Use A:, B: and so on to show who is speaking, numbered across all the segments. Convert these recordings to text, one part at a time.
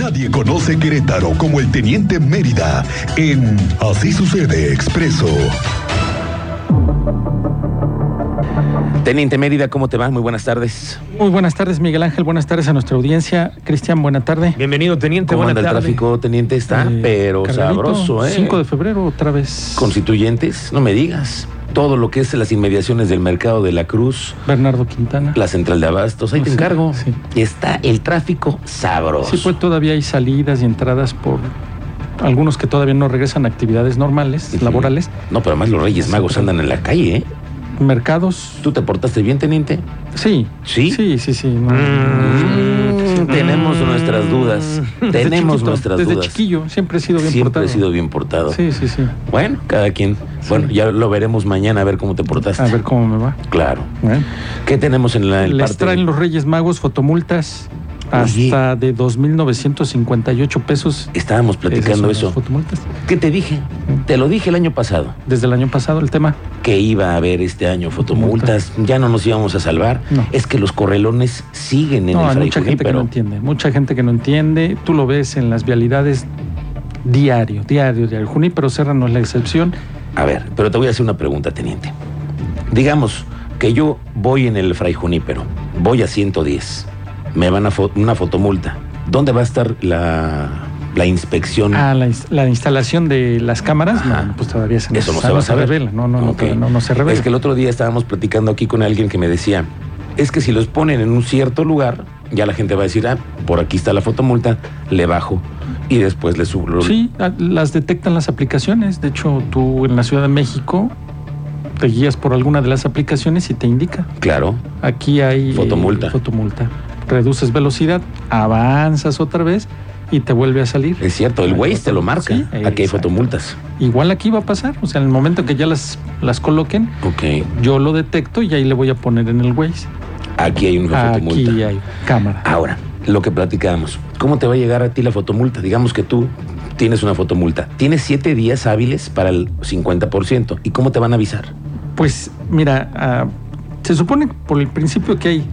A: Nadie conoce Querétaro como el Teniente Mérida en Así sucede Expreso.
B: Teniente Mérida, ¿cómo te va? Muy buenas tardes.
C: Muy buenas tardes, Miguel Ángel. Buenas tardes a nuestra audiencia. Cristian, buena tarde.
B: Bienvenido, teniente. ¿Cómo
C: buena
B: anda el
C: tarde.
B: tráfico, teniente? Está,
C: Eh,
B: pero
C: cargadito,
B: sabroso, ¿eh?
C: 5 de febrero, otra vez.
B: Constituyentes, no me digas. Todo lo que es las inmediaciones del mercado de la Cruz,
C: Bernardo Quintana.
B: la central de abastos, ahí te
C: Ah, Sí,
B: encargo.
C: sí.
B: Está el tráfico sabroso.
C: Sí, pues todavía hay salidas y entradas por algunos que todavía no regresan a actividades normales,
B: Ujú.
C: laborales,
B: No, pero además los Reyes Magos andan en la calle, ¿eh?
C: mercados.
B: ¿Tú te portaste bien, teniente?
C: Sí.
B: ¿Sí?
C: Sí, sí, sí. no.
B: Mm, tenemos nuestras dudas.
C: Desde
B: Tenemos
C: chiquito,
B: nuestras
C: desde
B: dudas.
C: chiquillo, siempre he sido bien
B: Siempre
C: portado.
B: he sido bien portado.
C: Sí, sí, sí.
B: Bueno, cada quien. Bueno, ya lo veremos mañana a ver cómo te portaste.
C: A ver cómo me va.
B: Claro.
C: Bueno.
B: ¿Qué tenemos en la en
C: Les
B: parte?
C: traen los Reyes Magos fotomultas
B: Oye.
C: hasta de 2.958 pesos.
B: Estábamos platicando
C: Esas son
B: eso.
C: las fotomultas.
B: ¿Qué te dije? Te lo dije el año pasado,
C: Desde el año pasado el tema.
B: que iba a haber este año fotomultas, ya no nos íbamos a salvar.
C: No.
B: Es que los correlones siguen en
C: No, hay
B: el
C: mucha gente que no
B: pero
C: entiende. Mucha gente que no entiende. Tú lo ves en las vialidades diario, diario, diario. Junípero Serra no es la excepción.
B: A ver, pero te voy a hacer una pregunta, teniente. Digamos que yo voy en el Fray Junípero, voy a 110, me van a fo- una fotomulta. ¿Dónde va a estar la, la inspección?
C: Ah, la, ins- la instalación de las cámaras,
B: Mm. Ajá.
C: no, pues todavía se,
B: Eso no se va a saber.
C: revela. No, no, no,
B: Ok.
C: todavía no, no se revela.
B: Es que el otro día estábamos platicando aquí con alguien que me decía, es que si los ponen en un cierto lugar, ya la gente va a decir, ah, por aquí está la fotomulta, le bajo y después le subo.
C: Sí, ah, las detectan las aplicaciones. De hecho, tú en la Ciudad de México te guías por alguna de las aplicaciones y te indica.
B: Claro,
C: Aquí hay eh,
B: Fotomulta.
C: fotomulta. Reduces velocidad, avanzas otra vez y te vuelve a salir.
B: es cierto, el Waze te lo marca,
C: Sí,
B: aquí hay
C: exacto.
B: fotomultas.
C: Igual aquí va a pasar. O sea, en el momento que ya las, las coloquen,
B: Ok,
C: yo lo detecto y ahí le voy a poner en el Waze.
B: aquí hay una fotomulta.
C: Aquí hay cámara.
B: Ahora, lo que platicábamos, ¿cómo te va a llegar a ti la fotomulta? Digamos que tú tienes una fotomulta, tienes siete días hábiles para el 50%, ¿y cómo te van a avisar?
C: Pues mira, ah, se supone por el principio que hay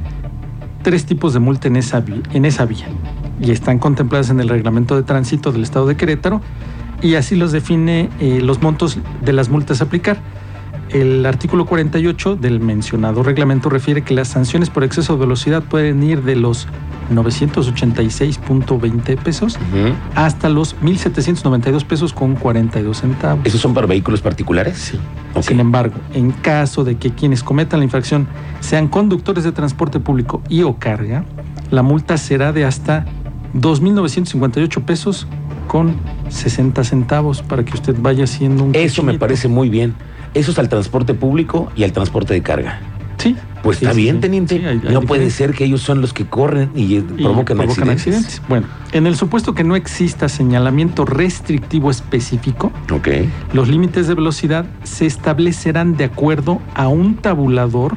C: tres tipos de multa en esa, vi- en esa vía y están contempladas en el reglamento de tránsito del estado de Querétaro y así los define eh, los montos de las multas a aplicar. El artículo 48 del mencionado reglamento refiere que las sanciones por exceso de velocidad pueden ir de los 986.20 pesos hasta los 1.792 pesos con 42 centavos.
B: ¿Esos son para vehículos particulares?
C: Sí.
B: Ok.
C: Sin embargo, en caso de que quienes cometan la infracción sean conductores de transporte público y o carga, la multa será de hasta 2.958 pesos con 60 centavos para que usted vaya haciendo un...
B: Eso me
C: cochinito.
B: parece muy bien. Eso es al transporte público y al transporte de carga.
C: Sí.
B: Pues
C: Sí,
B: está
C: sí,
B: bien,
C: sí.
B: teniente.
C: Sí, hay- hay
B: no puede
C: diferencia.
B: ser que ellos son los que corren y, eh,
C: y
B: provocan, accidentes.
C: Bueno, en el supuesto que no exista señalamiento restrictivo específico,
B: Ok.
C: los límites de velocidad se establecerán de acuerdo a un tabulador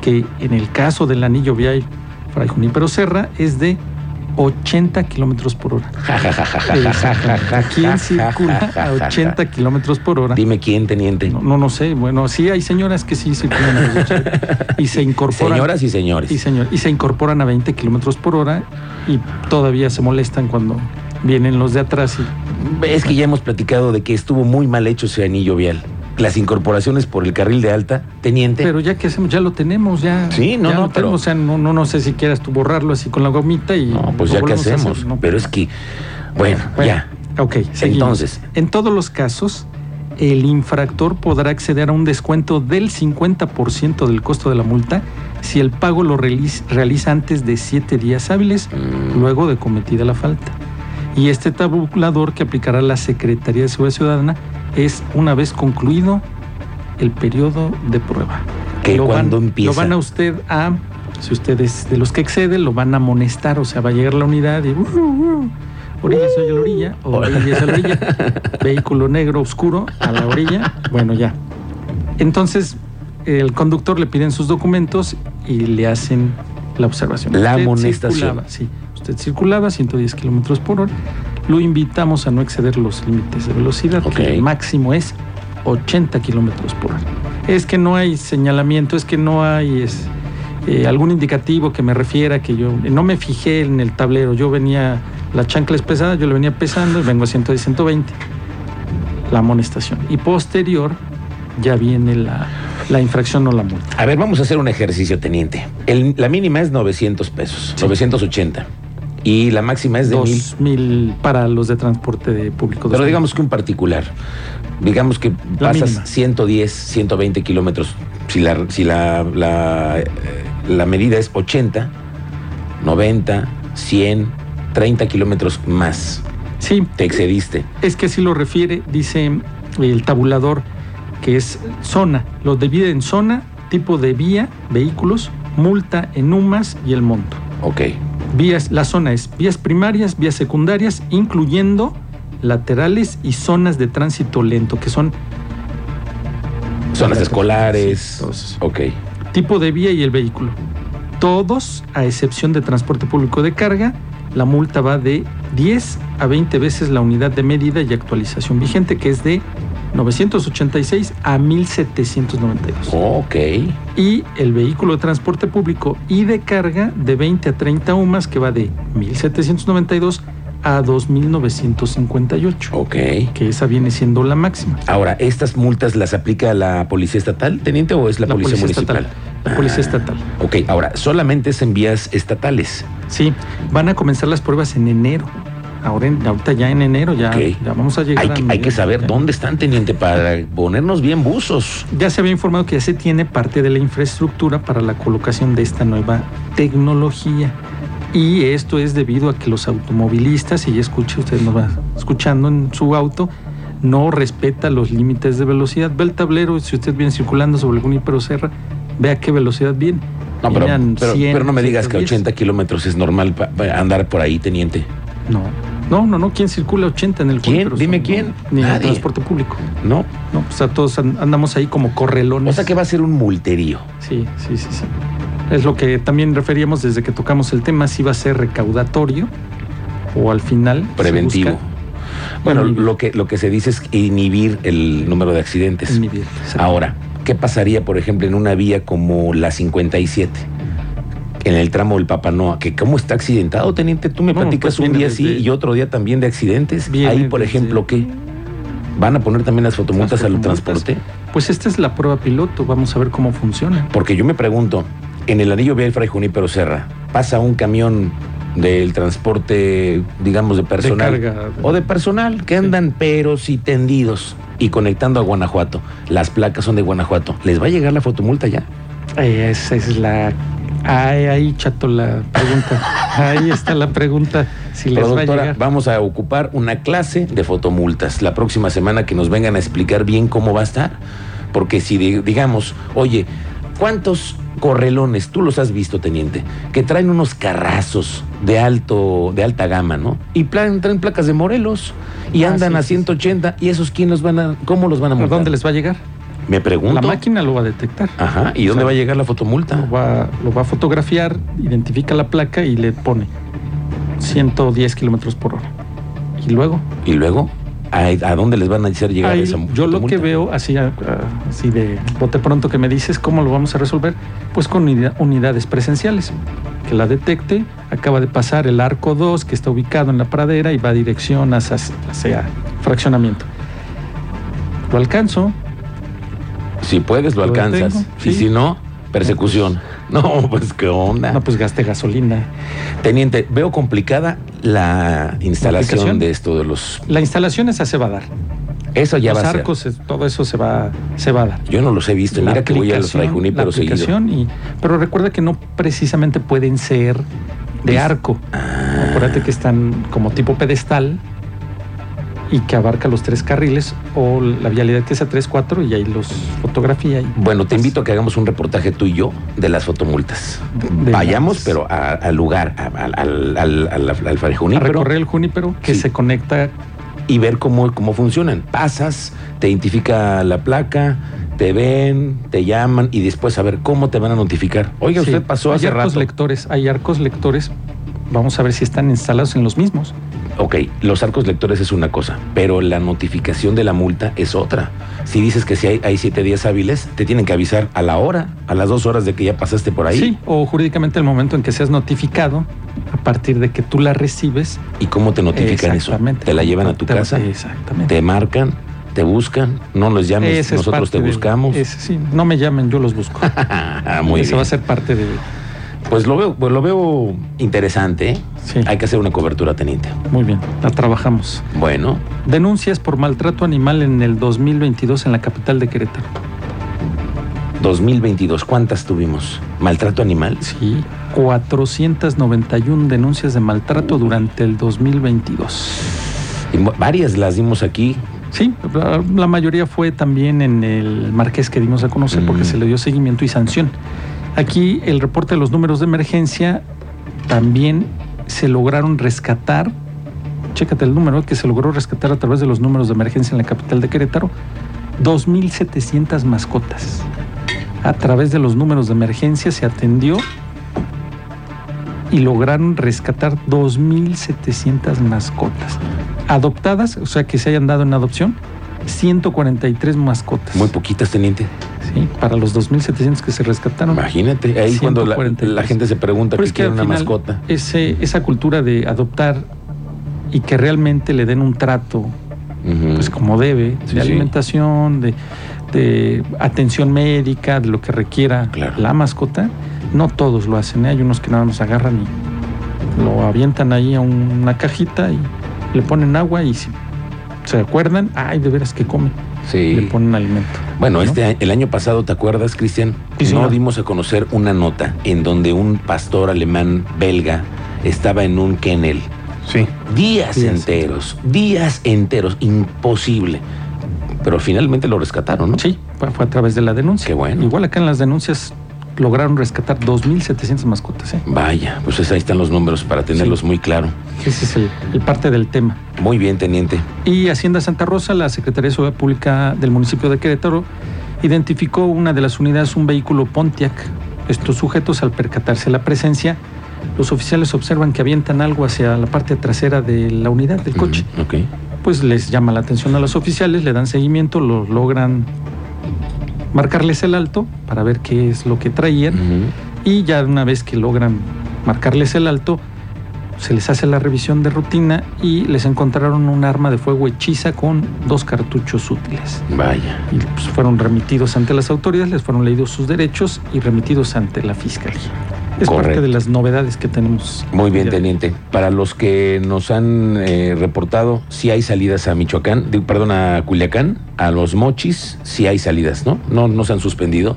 C: que en el caso del anillo vial Fray Junípero Serra es de 80 kilómetros por hora.
B: Ja, ja, ja, ja, ja, ja, ja, ja,
C: Exactamente.
B: ja,
C: Aquí
B: ja,
C: en
B: ja,
C: circula
B: ja,
C: a
B: ja, ja.
C: 80 kilómetros por hora.
B: Dime quién, teniente.
C: No, no, no sé. Bueno, sí hay señoras que sí circulan a los 80 y se incorporan.
B: Señoras y señores.
C: Sí, señor. Y se incorporan a 20 kilómetros por hora y todavía se molestan cuando vienen los de atrás y
B: Es que ya hemos platicado de que estuvo muy mal hecho ese anillo vial. Las incorporaciones por el carril de alta, teniente.
C: Pero ya que hacemos, ya lo tenemos, ya.
B: Este, Sí, no,
C: ya
B: no,
C: lo
B: pero-
C: tenemos, o sea, no, no, no sé si quieras tú borrarlo así con la gomita y.
B: no, pues ya
C: lo
B: que
C: volvemos a hacer,
B: hacemos.
C: ¿no? pues
B: Pero es que, bueno,
C: Bueno,
B: ya.
C: Ok, seguimos.
B: Entonces.
C: En todos los casos, el infractor podrá acceder a un descuento del 50% del costo de la multa si el pago lo realiz- realiza antes de siete días hábiles
B: Mm,
C: luego de cometida la falta. Y este tabulador que aplicará la Secretaría de Seguridad Ciudadana es una vez concluido el periodo de prueba.
B: que
C: Lo van-
B: cuando empieza.
C: Lo van a usted a, si usted es de los que exceden, lo van a amonestar, o sea, va a llegar la unidad y... uh, uh, orilla soy a la orilla, orilla soy a la orilla, vehículo negro oscuro a la orilla, bueno ya. Entonces, el conductor le piden sus documentos y le hacen la observación.
B: La
C: Usted
B: amonestación.
C: circulaba, Sí, usted circulaba a 110 kilómetros por hora. Lo invitamos a no exceder los límites de velocidad,
B: Ok.
C: que el máximo es 80 kilómetros por hora. Es que no hay señalamiento, es que no hay es, eh, algún indicativo que me refiera que yo no me fijé en el tablero, yo venía La chancla es pesada, yo le venía pesando y vengo a 110, 120. La amonestación. Y posterior ya viene la, la infracción o la multa.
B: A ver, vamos a hacer un ejercicio, teniente. El- la mínima es 900 pesos, 980. Y la máxima es de 1000.
C: 2000 para los de transporte de público.
B: Pero
C: 2000.
B: digamos que un particular, digamos que
C: La
B: pasas
C: mínima.
B: 110, 120 kilómetros, si, la, si la, la, eh, la medida es 80, 90, 100, 30 kilómetros más,
C: Sí,
B: te excediste.
C: es que así lo refiere, dice el tabulador, que es zona. Lo divide en zona, tipo de vía, vehículos, multa en UMAS y el monto.
B: Ok,
C: Vías, la zona es vías primarias, vías secundarias, incluyendo laterales y zonas de tránsito lento, que son
B: zonas
C: Sí,
B: escolares,
C: entonces.
B: ok,
C: tipo de vía y el vehículo. Todos, a excepción de transporte público de carga, la multa va de 10 a 20 veces la unidad de medida y actualización vigente, que es de 986 a 1792.
B: ok,
C: Y el vehículo de transporte público y de carga de 20 a 30 UMAS, que va de 1792 a 2958,
B: ok.
C: que esa viene siendo la máxima.
B: Ahora, ¿estas multas las aplica la policía estatal, teniente, o es la, policía, municipal? Ah,
C: estatal. La policía estatal.
B: Ok, ahora, solamente es en vías estatales.
C: Sí, van a comenzar las pruebas en enero. Ahora, en- ahorita ya en enero, ya,
B: Ok.
C: ya vamos a llegar.
B: Hay
C: a
B: que, hay
C: mediados
B: que saber
C: de-
B: dónde están, teniente, para ponernos bien buzos.
C: Ya se había informado que ya se tiene parte de la infraestructura para la colocación de esta nueva tecnología. Y esto es debido a que los automovilistas, si ya escucha, usted nos va escuchando en su auto, no respeta los límites de velocidad. Ve el tablero, si usted viene circulando sobre algún hiperocerra, ve a qué velocidad viene.
B: No, pero,
C: Viene a
B: pero-
C: 100,
B: pero no me digas que
C: 110.
B: 80 kilómetros es normal pa- pa- andar por ahí, teniente.
C: No, no, no, no. ¿Quién circula 80 en el
B: ¿Quién?
C: Juan Cruz?
B: Dime
C: No,
B: quién.
C: Ni en el
B: Nadie.
C: transporte público.
B: ¿No?
C: No, pues a todos an- andamos ahí como
B: O
C: correlones.
B: sea que va a ser un multerío.
C: Sí, sí, sí, sí. Es lo que también referíamos desde que tocamos el tema, si va a ser recaudatorio o al final. se
B: Preventivo.
C: busca
B: Bueno,
C: inhibir.
B: lo que, lo que se dice es inhibir el número de accidentes.
C: inhibir. O sea,
B: Ahora, ¿qué pasaría, por ejemplo, en una vía como la 57? En el tramo del Papanoa, que cómo está accidentado, teniente. Tú me
C: No,
B: platicas
C: pues
B: un
C: viene
B: día
C: desde-
B: sí y otro día también de accidentes.
C: Viene
B: Ahí, por
C: desde-
B: ejemplo, ¿qué? ¿Van a poner también las fotomultas
C: Las
B: al
C: fotomultas.
B: transporte?
C: Pues esta es la prueba piloto, vamos a ver cómo funciona.
B: Porque yo me pregunto, en el anillo vial Fray Junípero Serra, pasa un camión del transporte, digamos, de personal.
C: De carga.
B: O de personal, que andan peros y tendidos y conectando a Guanajuato. Las placas son de Guanajuato. ¿Les va a llegar la fotomulta ya?
C: Eh, Esa es la. Ay, ahí, chato, la pregunta. Ahí está la pregunta. Si les va a
B: Productora,
C: llegar.
B: vamos a ocupar una clase de fotomultas la próxima semana que nos vengan a explicar bien cómo va a estar. Porque si di- digamos, oye, ¿cuántos correlones, tú los has visto, teniente, que traen unos carrazos de alto, de alta gama, ¿no? Y plan- traen placas de Morelos y
C: Ah,
B: andan
C: sí,
B: a
C: sí, sí.
B: 180, ¿y esos quién los van a, cómo los van a
C: ¿A
B: multar?
C: dónde les va a llegar?
B: Me pregunto.
C: La máquina lo va a detectar.
B: Ajá, ¿y dónde
C: O sea,
B: va a llegar la fotomulta?
C: Lo va, lo va a fotografiar, identifica la placa y le pone 110 kilómetros por hora. Y luego,
B: Y luego, ¿a, a dónde les van a hacer llegar
C: ahí,
B: esa
C: yo lo
B: fotomulta?
C: que veo, así, ah, así de bote pronto que me dices, ¿cómo lo vamos a resolver? Pues con unida- unidades presenciales. Que la detecte, acaba de pasar el arco 2 que está ubicado en la pradera y va dirección hacia, hacia fraccionamiento. Lo alcanzo,
B: Si puedes, lo
C: Lo
B: alcanzas.
C: detengo,
B: Y
C: sí.
B: si no, persecución. No, pues qué onda.
C: no, pues gaste gasolina.
B: Teniente, veo complicada la instalación
C: ¿Aplicación?
B: de esto de los.
C: La instalación esa se va a dar.
B: Eso ya
C: Los
B: va a ser.
C: arcos, es- todo eso se va, se va a dar.
B: Yo no los he visto.
C: La
B: Pues Mira que voy a los
C: aplicación-
B: Raijuní,
C: la
B: pero seguido.
C: aplicación y- pero recuerda que no precisamente pueden ser de
B: Vis-
C: arco.
B: Ah.
C: Acuérdate que están como tipo pedestal y que abarca los tres carriles o la vialidad que sea 3, 4 y ahí los fotografía. y-
B: Bueno, te invito a que hagamos un reportaje tú y yo de las fotomultas.
C: de
B: Vayamos,
C: las-
B: pero a- al lugar, a- al, al, al, al, al Fray
C: a
B: Junípero,
C: recorrer el Junípero que
B: Sí.
C: se conecta
B: y ver cómo, cómo funcionan. Pasas, te identifica la placa, te ven, te llaman y después a ver cómo te van a notificar. Oiga,
C: Sí.
B: usted pasó
C: hay
B: hace
C: arcos
B: rato.
C: lectores, hay arcos lectores. Vamos a ver si están instalados en los mismos.
B: Ok, los arcos lectores es una cosa, pero la notificación de la multa es otra. Si dices que si hay, hay siete días hábiles, te tienen que avisar a la hora, a las dos horas de que ya pasaste por ahí.
C: Sí, o jurídicamente el momento en que seas notificado, a partir de que tú la recibes.
B: ¿Y cómo te notifican eso? Te la llevan a tu
C: Te-
B: casa,
C: Exactamente.
B: te marcan, te buscan, no los llames,
C: Ese es
B: nosotros
C: parte
B: te
C: del-
B: buscamos.
C: ese sí, no me llamen, yo los busco.
B: Ah, muy
C: Eso
B: bien.
C: va a ser parte de.
B: Pues lo veo, pues lo veo interesante, ¿eh?
C: Sí.
B: Hay que hacer una cobertura, teniente.
C: Muy bien, la trabajamos.
B: Bueno,
C: Denuncias por maltrato animal en el 2022 en la capital de Querétaro.
B: 2022, ¿cuántas tuvimos? ¿Maltrato animal?
C: Sí, 491 denuncias de maltrato durante el 2022.
B: Y mu- Varias las dimos aquí.
C: Sí, la, la mayoría fue también en el Marqués que dimos a conocer porque
B: Mm.
C: se le dio seguimiento y sanción. Aquí el reporte de los números de emergencia también se lograron rescatar. Chécate el número que se logró rescatar a través de los números de emergencia en la capital de Querétaro. 2.700 mascotas. A través de los números de emergencia se atendió y lograron rescatar 2.700 mascotas. Adoptadas, o sea, que se hayan dado en adopción, 143 mascotas.
B: Muy poquitas, teniente.
C: Sí, para los 2.700 que se rescataron.
B: Imagínate, ahí cuando la,
C: 143.
B: la gente se pregunta
C: Pero
B: que
C: es que
B: quiere
C: al
B: una
C: final,
B: mascota.
C: ese- esa cultura de adoptar y que realmente le den un trato,
B: Ujú.
C: pues como debe,
B: Sí,
C: de
B: sí.
C: alimentación, de, de atención médica, de lo que requiera
B: Claro.
C: la mascota, no todos lo hacen. ¿eh? Hay unos que nada más agarran y lo avientan ahí a una cajita y le ponen agua y si se acuerdan, ay, de veras que come, le
B: sí.
C: ponen alimento.
B: Bueno,
C: ¿no?
B: este a- el año pasado, ¿te acuerdas, Cristian?
C: Sí,
B: no
C: señor.
B: dimos a conocer una nota en donde un pastor alemán belga estaba en un kennel.
D: Sí.
B: Días
C: Días.
B: enteros, días enteros, imposible. Pero finalmente lo rescataron, ¿no?
C: Sí, fue, fue a través de la denuncia.
B: Qué bueno.
C: Igual acá en las denuncias lograron rescatar 2.700 mascotas. ¿eh?
B: Vaya, pues es- ahí están los números para tenerlos muy claro.
C: Ese es el, el parte del tema.
B: Muy bien, teniente.
C: Y Hacienda Santa Rosa, la Secretaría de Seguridad Pública del municipio de Querétaro, identificó una de las unidades, un vehículo Pontiac. Estos sujetos, al percatarse la presencia, los oficiales observan que avientan algo hacia la parte trasera de la unidad del coche.
B: Ujú, ok.
C: Pues les llama la atención a los oficiales, le dan seguimiento, los logran marcarles el alto para ver qué es lo que traían.
B: Ujú.
C: y ya una vez que logran marcarles el alto, se les hace la revisión de rutina y les encontraron un arma de fuego hechiza con dos cartuchos útiles.
B: Vaya.
C: Y pues, fueron remitidos ante las autoridades, les fueron leídos sus derechos y remitidos ante la fiscalía. Es parte
B: Correcto.
C: de las novedades que tenemos.
B: Muy bien,
C: Ya.
B: teniente. Para los que nos han eh, reportado, sí hay salidas a Michoacán, digo, perdón, a Culiacán, a los mochis, sí hay salidas, ¿no? No, no se han suspendido.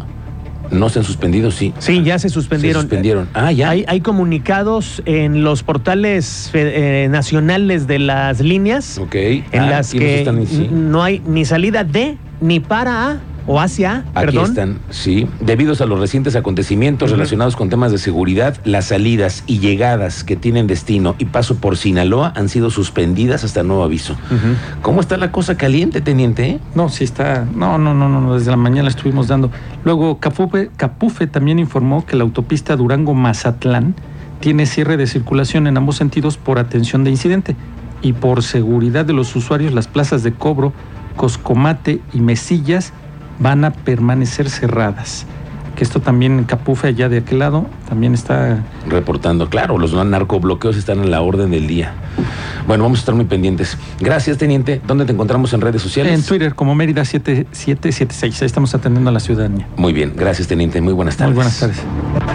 B: No se han suspendido, sí.
D: Sí, ya se suspendieron.
B: Se suspendieron. Ah, ya.
D: Hay, hay comunicados en los portales fe- eh, nacionales de las líneas
B: ok.
D: en
B: Ah,
D: las
B: aquí nos
D: que
B: están- sí.
D: n- no hay ni salida de ni para a o hacia a,
B: Aquí
D: perdón.
B: están, sí. Debido a los recientes acontecimientos
D: Ujú.
B: relacionados con temas de seguridad, las salidas y llegadas que tienen destino y paso por Sinaloa han sido suspendidas hasta nuevo aviso.
D: Ujú.
B: ¿Cómo está la cosa caliente, teniente? eh?
C: No, sí está. No, no, no, no, no, desde la mañana estuvimos dando. Luego, Capufe, Capufe también informó que la autopista Durango-Mazatlán tiene cierre de circulación en ambos sentidos por atención de incidente y por seguridad de los usuarios, las plazas de cobro, Coscomate y Mesillas van a permanecer cerradas. Que esto también en Capufe, allá de aquel lado, también está.
B: Reportando, claro, los narcobloqueos están en la orden del día. Bueno, vamos a estar muy pendientes. Gracias, teniente. ¿Dónde te encontramos en redes sociales?
C: En Twitter, como Mérida 7776. Ahí estamos atendiendo a la ciudadanía.
B: Muy bien, gracias, teniente. Muy buenas tardes.
C: Muy buenas tardes.